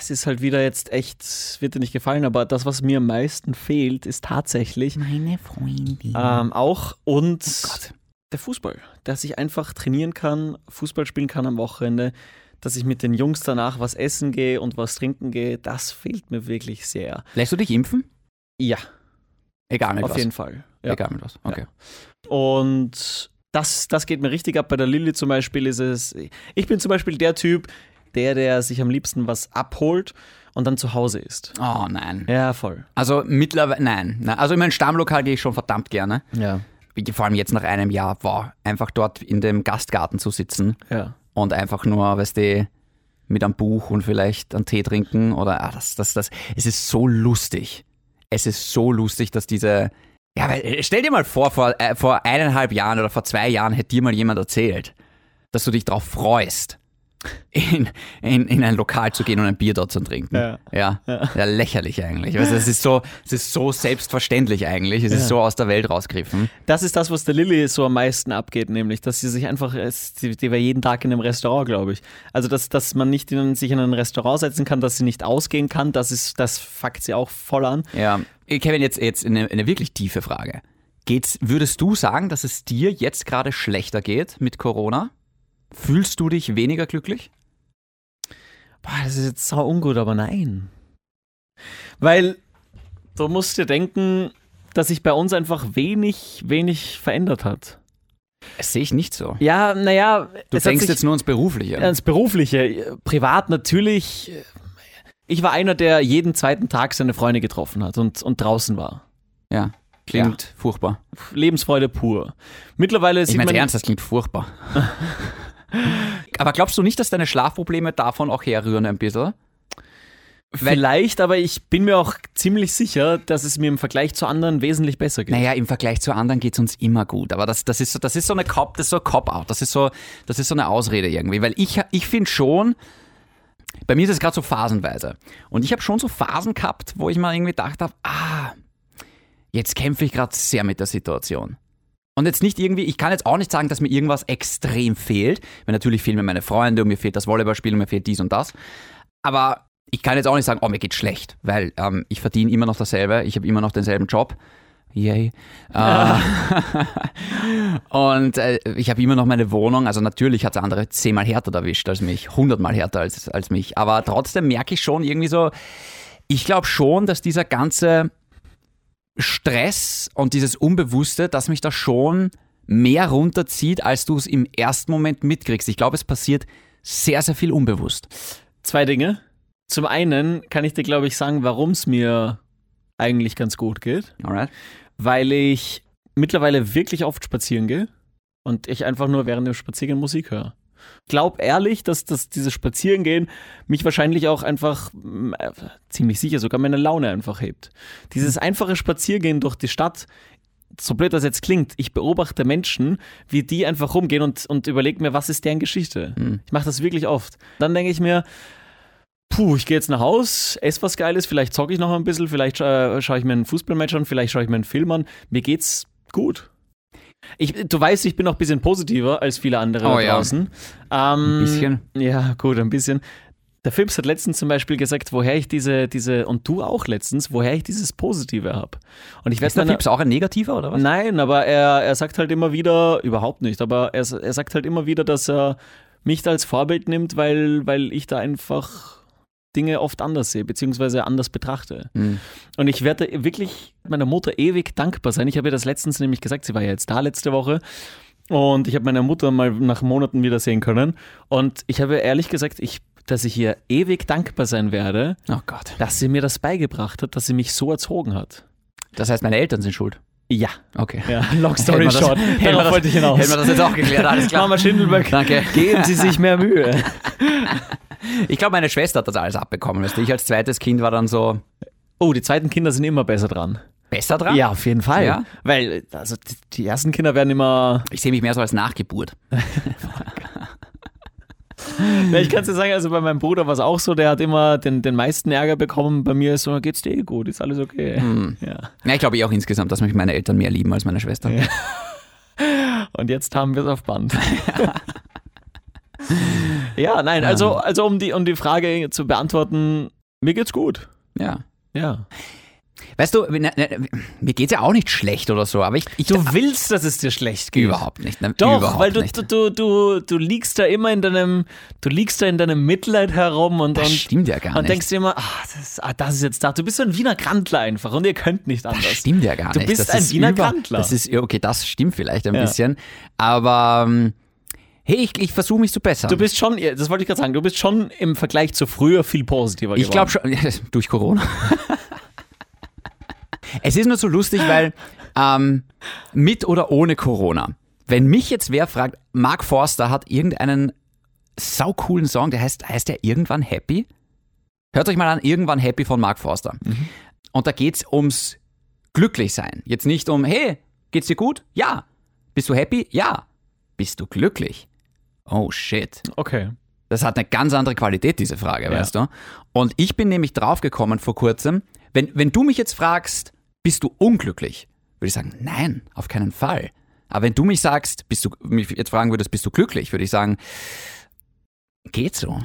Speaker 1: Es ist halt wieder jetzt echt, wird dir nicht gefallen, aber das, was mir am meisten fehlt, ist tatsächlich
Speaker 2: Meine Freundin.
Speaker 1: ähm, auch und
Speaker 2: Gott.
Speaker 1: der Fußball. Dass ich einfach trainieren kann, Fußball spielen kann am Wochenende, dass ich mit den Jungs danach was essen gehe und was trinken gehe, das fehlt mir wirklich sehr.
Speaker 2: Lässt du dich impfen?
Speaker 1: Ja,
Speaker 2: Egal mit
Speaker 1: auf
Speaker 2: was.
Speaker 1: jeden Fall. Ja.
Speaker 2: Egal mit was. Okay.
Speaker 1: Und das, das geht mir richtig ab. Bei der Lilly zum Beispiel ist es, ich bin zum Beispiel der Typ, der, der sich am liebsten was abholt und dann zu Hause ist.
Speaker 2: Oh nein.
Speaker 1: Ja, voll.
Speaker 2: Also mittlerweile, nein. nein. Also in mein Stammlokal gehe ich schon verdammt gerne.
Speaker 1: Ja.
Speaker 2: Vor allem jetzt nach einem Jahr, wow, einfach dort in dem Gastgarten zu sitzen
Speaker 1: Ja.
Speaker 2: und einfach nur, weißt du, mit einem Buch und vielleicht einen Tee trinken oder, ah, das, das, das. Es ist so lustig. Es ist so lustig, dass diese, ja, weil, äh, stell dir mal vor, vor, äh, vor eineinhalb Jahren oder vor zwei Jahren hätte dir mal jemand erzählt, dass du dich darauf freust, in, in, in ein Lokal zu gehen und ein Bier dort zu trinken.
Speaker 1: Ja.
Speaker 2: Ja, ja. lächerlich eigentlich. Weißt du, es ist so, es ist so selbstverständlich eigentlich. Es
Speaker 1: Ja.
Speaker 2: ist so aus der Welt rausgegriffen.
Speaker 1: Das ist das, was der Lilly so am meisten abgeht, nämlich, dass sie sich einfach, es- die, die war jeden Tag in einem Restaurant, glaube ich. Also, dass, dass man nicht in, sich in ein Restaurant setzen kann, dass sie nicht ausgehen kann, das ist, das fuckt sie auch voll an.
Speaker 2: Ja. Äh, Kevin, jetzt, jetzt eine, eine wirklich tiefe Frage. Geht's, würdest du sagen, dass es dir jetzt gerade schlechter geht mit Corona? Fühlst du dich weniger glücklich?
Speaker 1: Boah, das ist jetzt sau ungut, aber nein. Weil du musst dir denken, dass sich bei uns einfach wenig, wenig verändert hat.
Speaker 2: Das sehe ich nicht so.
Speaker 1: Ja, naja,
Speaker 2: Du denkst jetzt nur ans Berufliche.
Speaker 1: ans Berufliche. Privat natürlich. äh, Ich war einer, der jeden zweiten Tag seine Freunde getroffen hat und, und draußen war.
Speaker 2: ja. Klingt furchtbar.
Speaker 1: Lebensfreude pur. Mittlerweile
Speaker 2: Ich
Speaker 1: sieht
Speaker 2: meine
Speaker 1: man
Speaker 2: ernst, das klingt furchtbar. Aber glaubst du nicht, dass deine Schlafprobleme davon auch herrühren ein bisschen?
Speaker 1: vielleicht, aber ich bin mir auch ziemlich sicher, dass es mir im Vergleich zu anderen wesentlich besser geht.
Speaker 2: Naja, im Vergleich zu anderen geht es uns immer gut. Aber das, das, ist, so, das ist so eine Cop, das ist so ein Cop-Out. Das, ist so, das ist so eine Ausrede irgendwie. Weil ich, ich finde schon, bei mir ist es gerade so phasenweise. Und ich habe schon so Phasen gehabt, wo ich mal irgendwie gedacht habe, ah, jetzt kämpfe ich gerade sehr mit der Situation. Und jetzt nicht irgendwie, ich kann jetzt auch nicht sagen, dass mir irgendwas extrem fehlt. Weil natürlich fehlen mir meine Freunde und mir fehlt das Volleyballspiel und mir fehlt dies und das. Aber ich kann jetzt auch nicht sagen, oh, mir geht's schlecht, weil ähm, ich verdiene immer noch dasselbe, ich habe immer noch denselben Job. Yay. Äh, *laughs* und äh, ich habe immer noch meine Wohnung. Also natürlich hat es andere zehnmal härter erwischt als mich, hundertmal härter als, als mich. Aber trotzdem merke ich schon irgendwie so, ich glaube schon, dass dieser ganze Stress und dieses Unbewusste, dass mich das schon mehr runterzieht, als du es im ersten Moment mitkriegst. Ich glaube, es passiert sehr, sehr viel unbewusst.
Speaker 1: Zwei Dinge. Zum einen kann ich dir, glaube ich, sagen, warum es mir eigentlich ganz gut geht,
Speaker 2: Alright.
Speaker 1: weil ich mittlerweile wirklich oft spazieren gehe und ich einfach nur während dem Spaziergehen Musik höre. Glaub ehrlich, dass, dass dieses Spazierengehen mich wahrscheinlich auch einfach mm, äh, ziemlich sicher sogar meine Laune einfach hebt. Dieses
Speaker 2: Mhm.
Speaker 1: einfache Spaziergehen durch die Stadt, so blöd das jetzt klingt, ich beobachte Menschen, wie die einfach rumgehen und, und überlege mir, was ist deren Geschichte.
Speaker 2: Mhm.
Speaker 1: Ich mache das wirklich oft. Dann denke ich mir, puh, ich gehe jetzt nach Haus, esse was Geiles, vielleicht zocke ich noch ein bisschen, vielleicht äh, schaue ich mir einen Fußballmatch an, vielleicht schaue ich mir einen Film an. Mir geht's gut. Ich, du weißt, ich bin auch ein bisschen positiver als viele andere
Speaker 2: Oh
Speaker 1: da
Speaker 2: ja.
Speaker 1: draußen. Ähm,
Speaker 2: Ein bisschen.
Speaker 1: Ja, gut, ein bisschen. Der Philips hat letztens zum Beispiel gesagt, woher ich diese, diese, und du auch letztens, woher ich dieses Positive habe. Und ich
Speaker 2: Ist
Speaker 1: werde
Speaker 2: der
Speaker 1: meiner-
Speaker 2: Pips auch ein negativer oder was?
Speaker 1: Nein, aber er, er sagt halt immer wieder, überhaupt nicht, aber er, er sagt halt immer wieder, dass er mich da als Vorbild nimmt, weil, weil ich da einfach Dinge oft anders sehe, beziehungsweise anders betrachte.
Speaker 2: Mhm.
Speaker 1: Und ich werde wirklich meiner Mutter ewig dankbar sein. Ich habe ihr das letztens nämlich gesagt, sie war ja jetzt da letzte Woche. Und ich habe meine Mutter mal nach Monaten wieder sehen können. Und ich habe ehrlich gesagt, ich, dass ich ihr ewig dankbar sein werde,
Speaker 2: Oh Gott.
Speaker 1: dass sie mir das beigebracht hat, dass sie mich so erzogen hat.
Speaker 2: Das heißt, meine Eltern sind schuld.
Speaker 1: Ja.
Speaker 2: Okay.
Speaker 1: ja. Long story
Speaker 2: Hätten wir das-
Speaker 1: short.
Speaker 2: hätten wir
Speaker 1: Darauf
Speaker 2: das-
Speaker 1: wollte ich hinaus.
Speaker 2: Hätten wir das jetzt auch geklärt, alles klar.
Speaker 1: Mama Schindelberg,
Speaker 2: *laughs* Danke.
Speaker 1: geben *laughs* Sie sich mehr Mühe.
Speaker 2: Ich glaube, meine Schwester hat das alles abbekommen. Weißt du? Ich als zweites Kind war dann so
Speaker 1: *laughs* Oh, die zweiten Kinder sind immer besser dran.
Speaker 2: besser dran.
Speaker 1: Ja, auf jeden Fall.
Speaker 2: Ja?
Speaker 1: Weil also die, die ersten Kinder werden immer.
Speaker 2: Ich sehe mich mehr so als Nachgeburt.
Speaker 1: Ja, ich kann es dir sagen, also bei meinem Bruder war es auch so, der hat immer den, den meisten Ärger bekommen. Bei mir ist so, geht's dir eh gut, ist alles okay. Ja.
Speaker 2: Ja, ich glaube ich auch insgesamt, dass mich meine Eltern mehr lieben als meine Schwester.
Speaker 1: Und jetzt haben wir es auf Band. *laughs* ja, nein, also, also um, die, um die Frage zu beantworten, mir geht's gut.
Speaker 2: Ja.
Speaker 1: Ja.
Speaker 2: Weißt du, na, na, mir geht's ja auch nicht schlecht oder so, aber ich, ich
Speaker 1: Du willst, dass es dir schlecht geht.
Speaker 2: überhaupt nicht. Ne?
Speaker 1: Doch,
Speaker 2: überhaupt
Speaker 1: weil du,
Speaker 2: nicht.
Speaker 1: du, du, du, du liegst da immer in deinem, du liegst da in deinem Mitleid herum und,
Speaker 2: das
Speaker 1: und,
Speaker 2: stimmt ja gar
Speaker 1: und
Speaker 2: nicht.
Speaker 1: denkst dir immer, ah das, ah, das ist jetzt da. Du bist so ein Wiener Grantler einfach und ihr könnt nicht anders.
Speaker 2: das stimmt ja gar
Speaker 1: Du
Speaker 2: nicht.
Speaker 1: bist
Speaker 2: das
Speaker 1: ein
Speaker 2: ist
Speaker 1: Wiener
Speaker 2: über-
Speaker 1: Grantler.
Speaker 2: Das ist okay, das stimmt vielleicht ein
Speaker 1: Ja.
Speaker 2: bisschen, aber ähm, hey, ich, ich versuche mich zu bessern.
Speaker 1: Du bist schon, ja, das wollte ich gerade sagen, du bist schon im Vergleich zu früher viel positiver
Speaker 2: Ich glaube
Speaker 1: geworden.
Speaker 2: schon, *laughs* durch Corona. es ist nur so lustig, weil ähm, mit oder ohne Corona, wenn mich jetzt wer fragt, Mark Forster hat irgendeinen saucoolen Song, der heißt, heißt der irgendwann Happy? Hört euch mal an, irgendwann Happy von Mark Forster. Und da geht's ums Glücklichsein. Jetzt nicht um, hey, geht's dir gut? Ja. Bist du happy? Ja. Bist du glücklich? Oh shit.
Speaker 1: Okay.
Speaker 2: Das hat eine ganz andere Qualität, diese Frage, weißt du? Und ich bin nämlich draufgekommen vor kurzem, wenn, wenn du mich jetzt fragst, bist du unglücklich? Würde ich sagen, nein, auf keinen Fall. Aber wenn du mich sagst, bist du, mich jetzt fragen würdest, bist du glücklich, würde ich sagen, geht so.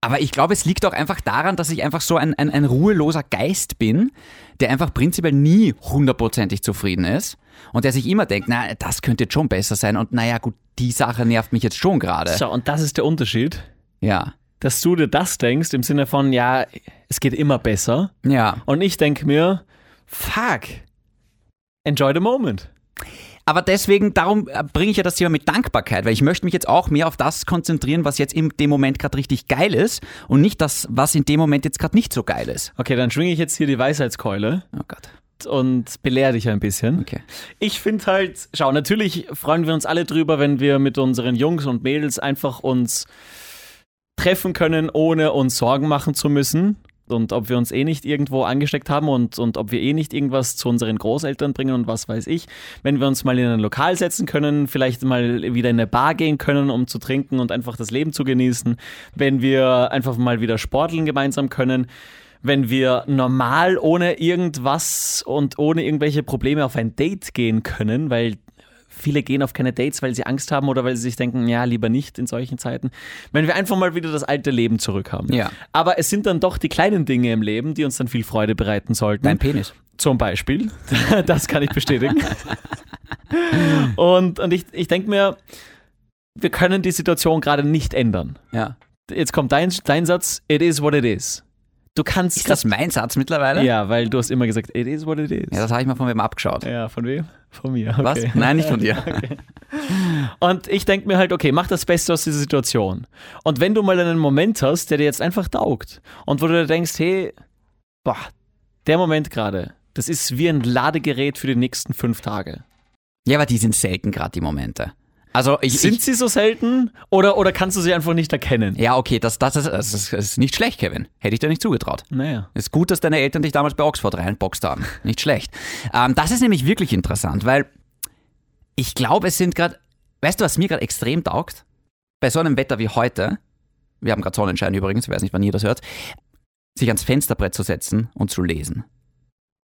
Speaker 2: Aber ich glaube, es liegt auch einfach daran, dass ich einfach so ein, ein, ein ruheloser Geist bin, der einfach prinzipiell nie hundertprozentig zufrieden ist und der sich immer denkt, na, das könnte jetzt schon besser sein und naja, gut, die Sache nervt mich jetzt schon gerade.
Speaker 1: So, und das ist der Unterschied,
Speaker 2: Ja.
Speaker 1: dass du dir das denkst im Sinne von, ja, es geht immer besser.
Speaker 2: Ja.
Speaker 1: Und ich denke mir, fuck, enjoy the moment.
Speaker 2: Aber deswegen, darum äh, bringe ich ja das Thema mit Dankbarkeit, weil ich möchte mich jetzt auch mehr auf das konzentrieren, was jetzt in dem Moment gerade richtig geil ist und nicht das, was in dem Moment jetzt gerade nicht so geil ist.
Speaker 1: Okay, dann schwinge ich jetzt hier die Weisheitskeule
Speaker 2: Oh Gott.
Speaker 1: und belehre dich ein bisschen.
Speaker 2: Okay.
Speaker 1: Ich finde halt, schau, natürlich freuen wir uns alle drüber, wenn wir mit unseren Jungs und Mädels einfach uns treffen können, ohne uns Sorgen machen zu müssen. Und ob wir uns eh nicht irgendwo angesteckt haben und, und ob wir eh nicht irgendwas zu unseren Großeltern bringen und was weiß ich. Wenn wir uns mal in ein Lokal setzen können, vielleicht mal wieder in eine Bar gehen können, um zu trinken und einfach das Leben zu genießen. Wenn wir einfach mal wieder sporteln gemeinsam können wenn wir normal ohne irgendwas und ohne irgendwelche Probleme auf ein Date gehen können, weil viele gehen auf keine Dates, weil sie Angst haben oder weil sie sich denken, ja, lieber nicht in solchen Zeiten. Wenn wir einfach mal wieder das alte Leben zurückhaben.
Speaker 2: Ja.
Speaker 1: Aber es sind dann doch die kleinen Dinge im Leben, die uns dann viel Freude bereiten sollten.
Speaker 2: Dein Penis.
Speaker 1: Zum Beispiel. *laughs* Das kann ich
Speaker 2: *laughs*
Speaker 1: bestätigen. und und ich, ich denke mir, wir können die Situation gerade nicht ändern.
Speaker 2: Ja.
Speaker 1: Jetzt kommt dein, dein Satz, it is what it is. Du kannst
Speaker 2: Ist das mein Satz mittlerweile?
Speaker 1: ja, weil du hast immer gesagt, it is what it is.
Speaker 2: Ja, das habe ich mal von wem abgeschaut.
Speaker 1: Ja, von wem? Von mir. Okay.
Speaker 2: Was? Nein, nicht
Speaker 1: *laughs*
Speaker 2: von dir.
Speaker 1: Und ich denke mir halt, okay, mach das Beste aus dieser Situation. Und wenn du mal einen Moment hast, der dir jetzt einfach taugt und wo du dir denkst, hey, boah, der Moment gerade, das ist wie ein Ladegerät für die nächsten fünf Tage.
Speaker 2: Ja, aber die sind selten gerade die Momente. Also ich,
Speaker 1: Sind sie so selten oder, oder kannst du sie einfach nicht erkennen?
Speaker 2: ich ja okay, das, das, ist, das, ist, das ist nicht schlecht, Kevin. Hätte ich dir nicht zugetraut.
Speaker 1: Naja.
Speaker 2: Ist gut, dass deine Eltern dich damals bei Oxford reinboxt haben. Nicht schlecht. Ähm, das ist nämlich wirklich interessant, weil ich glaube, es sind gerade, weißt du, was mir gerade extrem taugt? Bei so einem Wetter wie heute, wir haben gerade Sonnenschein übrigens, ich weiß nicht, wann ihr das hört, sich ans Fensterbrett zu setzen und zu lesen.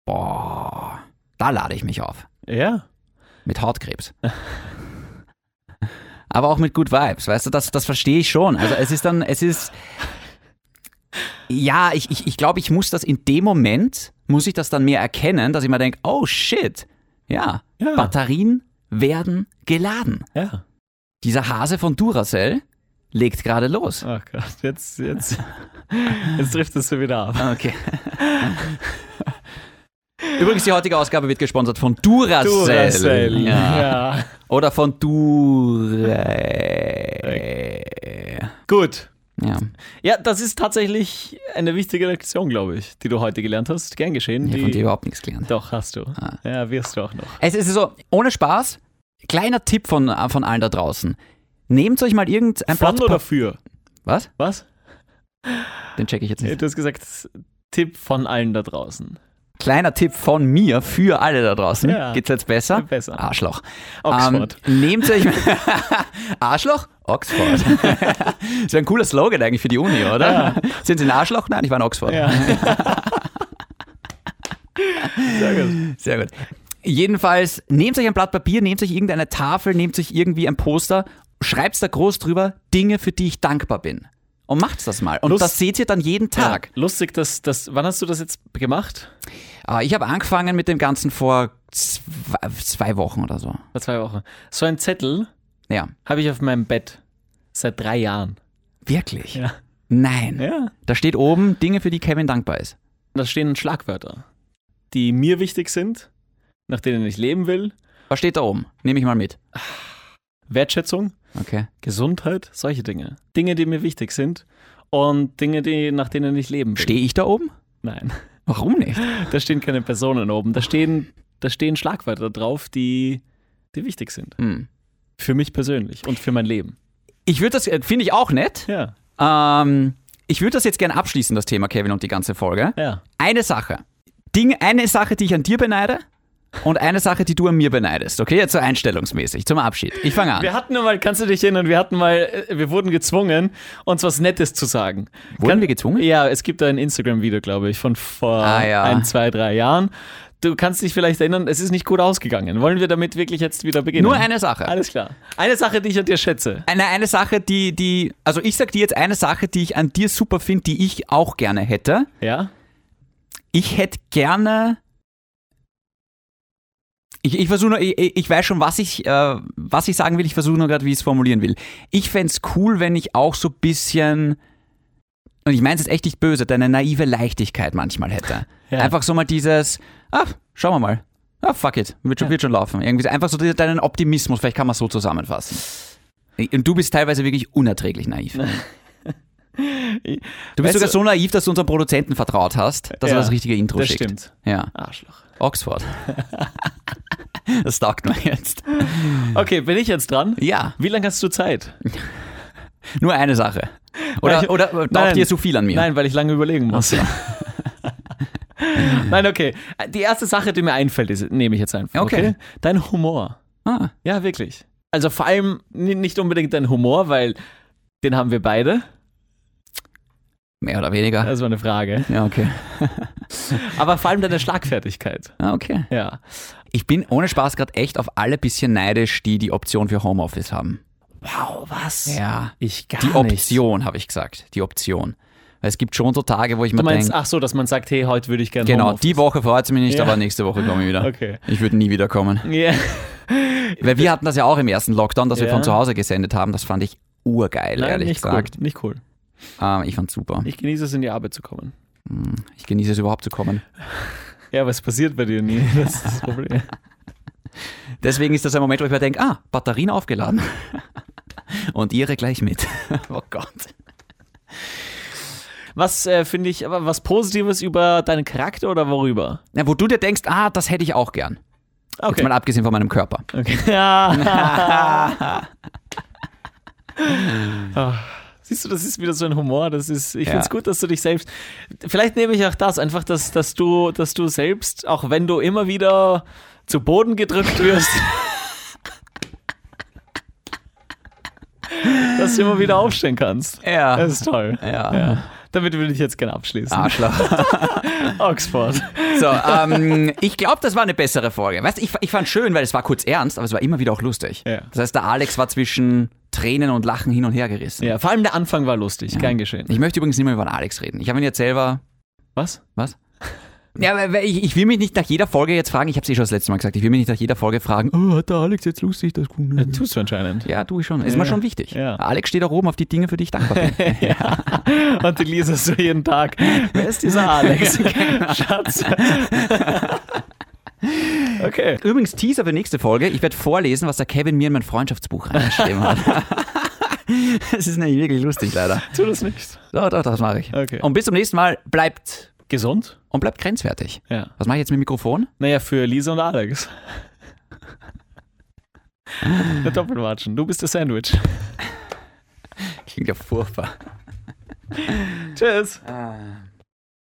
Speaker 2: Boah, da lade ich mich auf.
Speaker 1: Ja.
Speaker 2: Mit Hautkrebs. Aber auch mit Good Vibes, weißt du, das, das verstehe ich schon. Also es ist dann, es ist. Ja, ich, ich, ich glaube, ich muss das in dem Moment, muss ich das dann mehr erkennen, dass ich mir denke, oh shit, ja,
Speaker 1: Ja.
Speaker 2: Batterien werden geladen.
Speaker 1: Ja.
Speaker 2: Dieser Hase von Duracell legt gerade los.
Speaker 1: Ach Oh Gott, jetzt, jetzt, *laughs* jetzt trifft es so wieder ab. *laughs*
Speaker 2: Okay. Übrigens, die heutige Ausgabe wird gesponsert von Duracell.
Speaker 1: Duracell.
Speaker 2: Ja.
Speaker 1: ja.
Speaker 2: Oder von Dure.
Speaker 1: Gut.
Speaker 2: Ja.
Speaker 1: Ja, das ist tatsächlich eine wichtige Lektion, glaube ich, die du heute gelernt hast. Gern geschehen.
Speaker 2: Ich
Speaker 1: die-
Speaker 2: von dir überhaupt nichts gelernt.
Speaker 1: Doch, hast du. Ja, wirst du auch noch.
Speaker 2: Es ist so, ohne Spaß, kleiner Tipp von, von allen da draußen. Nehmt euch mal irgendein
Speaker 1: Von
Speaker 2: Blatt
Speaker 1: oder
Speaker 2: Pa-
Speaker 1: für?
Speaker 2: Was?
Speaker 1: Was?
Speaker 2: Den checke ich jetzt nicht.
Speaker 1: Du hast gesagt, Tipp von allen da draußen.
Speaker 2: Kleiner Tipp von mir für alle da draußen.
Speaker 1: Ja.
Speaker 2: Geht's jetzt besser?
Speaker 1: Besser.
Speaker 2: Arschloch.
Speaker 1: Oxford.
Speaker 2: Ähm, nehmt euch. *laughs* Arschloch? Oxford. *laughs* ist ja ein cooler Slogan eigentlich für die Uni, oder? Sind Sie ein Arschloch? Nein, ich war in Oxford.
Speaker 1: *laughs* Ja. Sehr gut.
Speaker 2: Sehr gut. Jedenfalls, nehmt euch ein Blatt Papier, nehmt euch irgendeine Tafel, nehmt euch irgendwie ein Poster, schreibt da groß drüber Dinge, für die ich dankbar bin. Und macht's das mal. Und
Speaker 1: Lust-
Speaker 2: das seht ihr dann jeden Tag.
Speaker 1: Ja, lustig, dass das. Wann hast du das jetzt gemacht?
Speaker 2: Aber Ah, ich habe angefangen mit dem Ganzen vor zwei, zwei Wochen oder so.
Speaker 1: Vor zwei Wochen. So ein Zettel
Speaker 2: Ja.
Speaker 1: habe ich auf meinem Bett seit drei Jahren.
Speaker 2: Wirklich?
Speaker 1: Ja.
Speaker 2: Nein.
Speaker 1: Ja.
Speaker 2: Da steht oben Dinge, für die Kevin dankbar ist.
Speaker 1: Da stehen Schlagwörter, die mir wichtig sind, nach denen ich leben will.
Speaker 2: Was steht da oben? Nehme ich mal mit.
Speaker 1: Wertschätzung,
Speaker 2: Okay.
Speaker 1: Gesundheit, solche Dinge. Dinge, die mir wichtig sind und Dinge, die, nach denen ich leben will.
Speaker 2: Stehe ich da oben?
Speaker 1: Nein,
Speaker 2: Warum nicht?
Speaker 1: da stehen keine Personen oben. Da stehen, da stehen Schlagwörter drauf, die, die wichtig sind.
Speaker 2: Hm.
Speaker 1: Für mich persönlich und für mein Leben.
Speaker 2: Ich würde das, äh, finde ich auch nett.
Speaker 1: Ja,
Speaker 2: Ähm, ich würde das jetzt gerne abschließen, das Thema Kevin und die ganze Folge.
Speaker 1: ja.
Speaker 2: Eine Sache. Dinge, eine Sache, die ich an dir beneide und eine Sache, die du an mir beneidest. Okay, jetzt so einstellungsmäßig zum Abschied. Ich fange an.
Speaker 1: Wir hatten mal, kannst du dich erinnern, wir hatten mal, äh, wir wurden gezwungen, uns was Nettes zu sagen.
Speaker 2: Wurden wir gezwungen?
Speaker 1: Ja, es gibt da ein Instagram-Video, glaube ich, von vor
Speaker 2: Ah, ja.
Speaker 1: ein, zwei, drei Jahren. Du kannst dich vielleicht erinnern, es ist nicht gut ausgegangen. Wollen wir damit wirklich jetzt wieder beginnen?
Speaker 2: Nur eine Sache.
Speaker 1: Alles klar. Eine Sache, die ich an dir schätze.
Speaker 2: Eine, eine Sache, die, die, also ich sag dir jetzt eine Sache, die ich an dir super finde, die ich auch gerne hätte.
Speaker 1: Ja?
Speaker 2: Ich hätte gerne. Ich, ich versuche nur, ich, ich weiß schon, was ich, äh, was ich sagen will, ich versuche nur gerade, wie ich es formulieren will. Ich fände es cool, wenn ich auch so ein bisschen, und ich meine es jetzt echt nicht böse, deine naive Leichtigkeit manchmal hätte.
Speaker 1: Ja.
Speaker 2: Einfach so mal dieses, ah, schauen wir mal. Ah, fuck it, wird schon, wird schon laufen. Irgendwie so einfach so die- deinen Optimismus, vielleicht kann man es so zusammenfassen. Und du bist teilweise wirklich unerträglich naiv. Du bist
Speaker 1: Weißt
Speaker 2: sogar
Speaker 1: du-
Speaker 2: so naiv, dass du unserem Produzenten vertraut hast, dass
Speaker 1: Ja,
Speaker 2: er das richtige Intro
Speaker 1: das
Speaker 2: schickt.
Speaker 1: stimmt.
Speaker 2: Ja.
Speaker 1: Arschloch.
Speaker 2: Oxford. *laughs* das taugt mir jetzt.
Speaker 1: Okay, bin ich jetzt dran?
Speaker 2: Ja,
Speaker 1: Wie lange hast du Zeit?
Speaker 2: nur eine Sache. Oder,
Speaker 1: Nein, ich-
Speaker 2: oder taugt
Speaker 1: nein.
Speaker 2: dir so viel an mir?
Speaker 1: Nein, weil ich lange überlegen muss. Nein, okay. Die erste Sache, die mir einfällt, ist, nehme ich jetzt einfach.
Speaker 2: Okay.
Speaker 1: Okay. Dein Humor.
Speaker 2: Ah,
Speaker 1: Ja, wirklich. Also vor allem n- nicht unbedingt dein Humor, weil den haben wir beide.
Speaker 2: mehr oder weniger.
Speaker 1: Das war eine Frage.
Speaker 2: Ja, okay.
Speaker 1: Aber vor allem deine Schlagfertigkeit.
Speaker 2: Ah, okay.
Speaker 1: Ja.
Speaker 2: Ich bin ohne Spaß gerade echt auf alle bisschen neidisch, die die Option für Homeoffice haben.
Speaker 1: Wow, was?
Speaker 2: Ja.
Speaker 1: Ich gar
Speaker 2: Die
Speaker 1: nicht.
Speaker 2: Option, habe ich gesagt. Die Option. Weil es gibt schon so Tage, wo ich mir
Speaker 1: Du meinst,
Speaker 2: denke,
Speaker 1: ach so, dass man sagt, hey, heute würde ich gerne
Speaker 2: genau,
Speaker 1: Homeoffice.
Speaker 2: die Woche freut es mich nicht,
Speaker 1: Ja.
Speaker 2: aber nächste Woche komme ich wieder.
Speaker 1: Okay.
Speaker 2: Ich würde nie wieder
Speaker 1: *laughs*
Speaker 2: kommen.
Speaker 1: Ja.
Speaker 2: Weil wir hatten das ja auch im ersten Lockdown, dass wir
Speaker 1: Ja.
Speaker 2: von zu Hause gesendet haben. Das fand ich
Speaker 1: *laughs*
Speaker 2: urgeil,
Speaker 1: Nein,
Speaker 2: ehrlich
Speaker 1: nicht
Speaker 2: gesagt.
Speaker 1: cool. Nicht cool.
Speaker 2: Ähm, ich fand's super.
Speaker 1: Ich genieße es, in die Arbeit zu kommen.
Speaker 2: Ich genieße es überhaupt zu kommen.
Speaker 1: Ja, was passiert bei dir nie? Das ist das *laughs* Problem.
Speaker 2: Deswegen ist das ein Moment, wo ich mir denke, ah, Batterien *laughs* aufgeladen. Und ihre gleich mit. *laughs* Oh Gott.
Speaker 1: Was äh, finde ich, aber was Positives über deinen Charakter oder worüber?
Speaker 2: Na, wo du dir denkst, ah, das hätte ich auch gern. Jetzt mal abgesehen von meinem Körper.
Speaker 1: okay. Ja. Ah. Siehst du, das ist wieder so ein Humor. Das ist, ich
Speaker 2: Ja.
Speaker 1: finde es gut, dass du dich selbst. Vielleicht nehme ich auch das, einfach, dass, dass, du, dass du selbst, auch wenn du immer wieder zu Boden gedrückt wirst, *laughs* dass du immer wieder aufstehen kannst.
Speaker 2: Ja.
Speaker 1: Das ist toll.
Speaker 2: Ja.
Speaker 1: Damit würde ich jetzt gerne abschließen.
Speaker 2: Arschloch. *laughs*
Speaker 1: Oxford.
Speaker 2: So, ähm, ich glaube, das war eine bessere Folge. Weißt du, ich, ich fand schön, weil es war kurz ernst, aber es war immer wieder auch lustig.
Speaker 1: Ja.
Speaker 2: Das heißt, der Alex war zwischen Tränen und Lachen hin und her gerissen.
Speaker 1: Ja, vor allem der Anfang war lustig, kein Geschehen.
Speaker 2: Ich möchte übrigens nicht mehr über den Alex reden. Ich habe ihn jetzt selber
Speaker 1: Was?
Speaker 2: Was? Ja, weil- weil ich, ich will mich nicht nach jeder Folge jetzt fragen, ich habe es eh schon das letzte Mal gesagt, ich will mich nicht nach jeder Folge fragen, oh, hat der Alex jetzt lustig das cool?
Speaker 1: Tust du anscheinend.
Speaker 2: Ja, tue ich schon. Ist mir schon wichtig.
Speaker 1: Ja.
Speaker 2: Alex steht da oben auf die Dinge, für die ich dankbar bin.
Speaker 1: *laughs*
Speaker 2: *laughs*
Speaker 1: Und die Lisa so jeden Tag. Wer ist dieser Alex? Schatz. okay.
Speaker 2: *laughs* Übrigens, Teaser für nächste Folge. Ich werde vorlesen, was der Kevin mir in mein Freundschaftsbuch reingeschrieben hat. Es ist nämlich wirklich lustig, leider.
Speaker 1: Tu das nicht.
Speaker 2: Doch, doch, das mache ich.
Speaker 1: Okay.
Speaker 2: Und bis zum nächsten Mal. Bleibt
Speaker 1: Gesund?
Speaker 2: und bleibt grenzwertig.
Speaker 1: Ja.
Speaker 2: Was mache ich jetzt mit dem Mikrofon?
Speaker 1: Naja, für Lisa und Alex. Eine Doppelwatschen. Du bist das Sandwich.
Speaker 2: Klingt ja furchtbar.
Speaker 1: Tschüss.
Speaker 2: Ah.